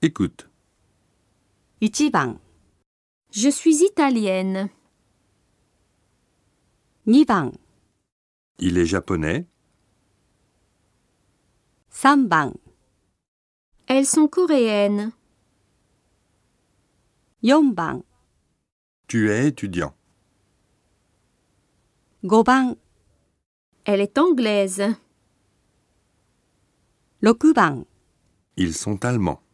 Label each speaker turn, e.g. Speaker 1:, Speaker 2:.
Speaker 1: Écoute.
Speaker 2: 1番、
Speaker 3: Je suis italienne.
Speaker 2: 2番、
Speaker 1: Il est japonais.
Speaker 2: 3番、
Speaker 3: Elles sont coréennes.
Speaker 2: 4番、
Speaker 1: Tu es étudiant.
Speaker 2: 5番、
Speaker 3: Elle est anglaise.
Speaker 2: 6番。
Speaker 1: Ils sont allemands.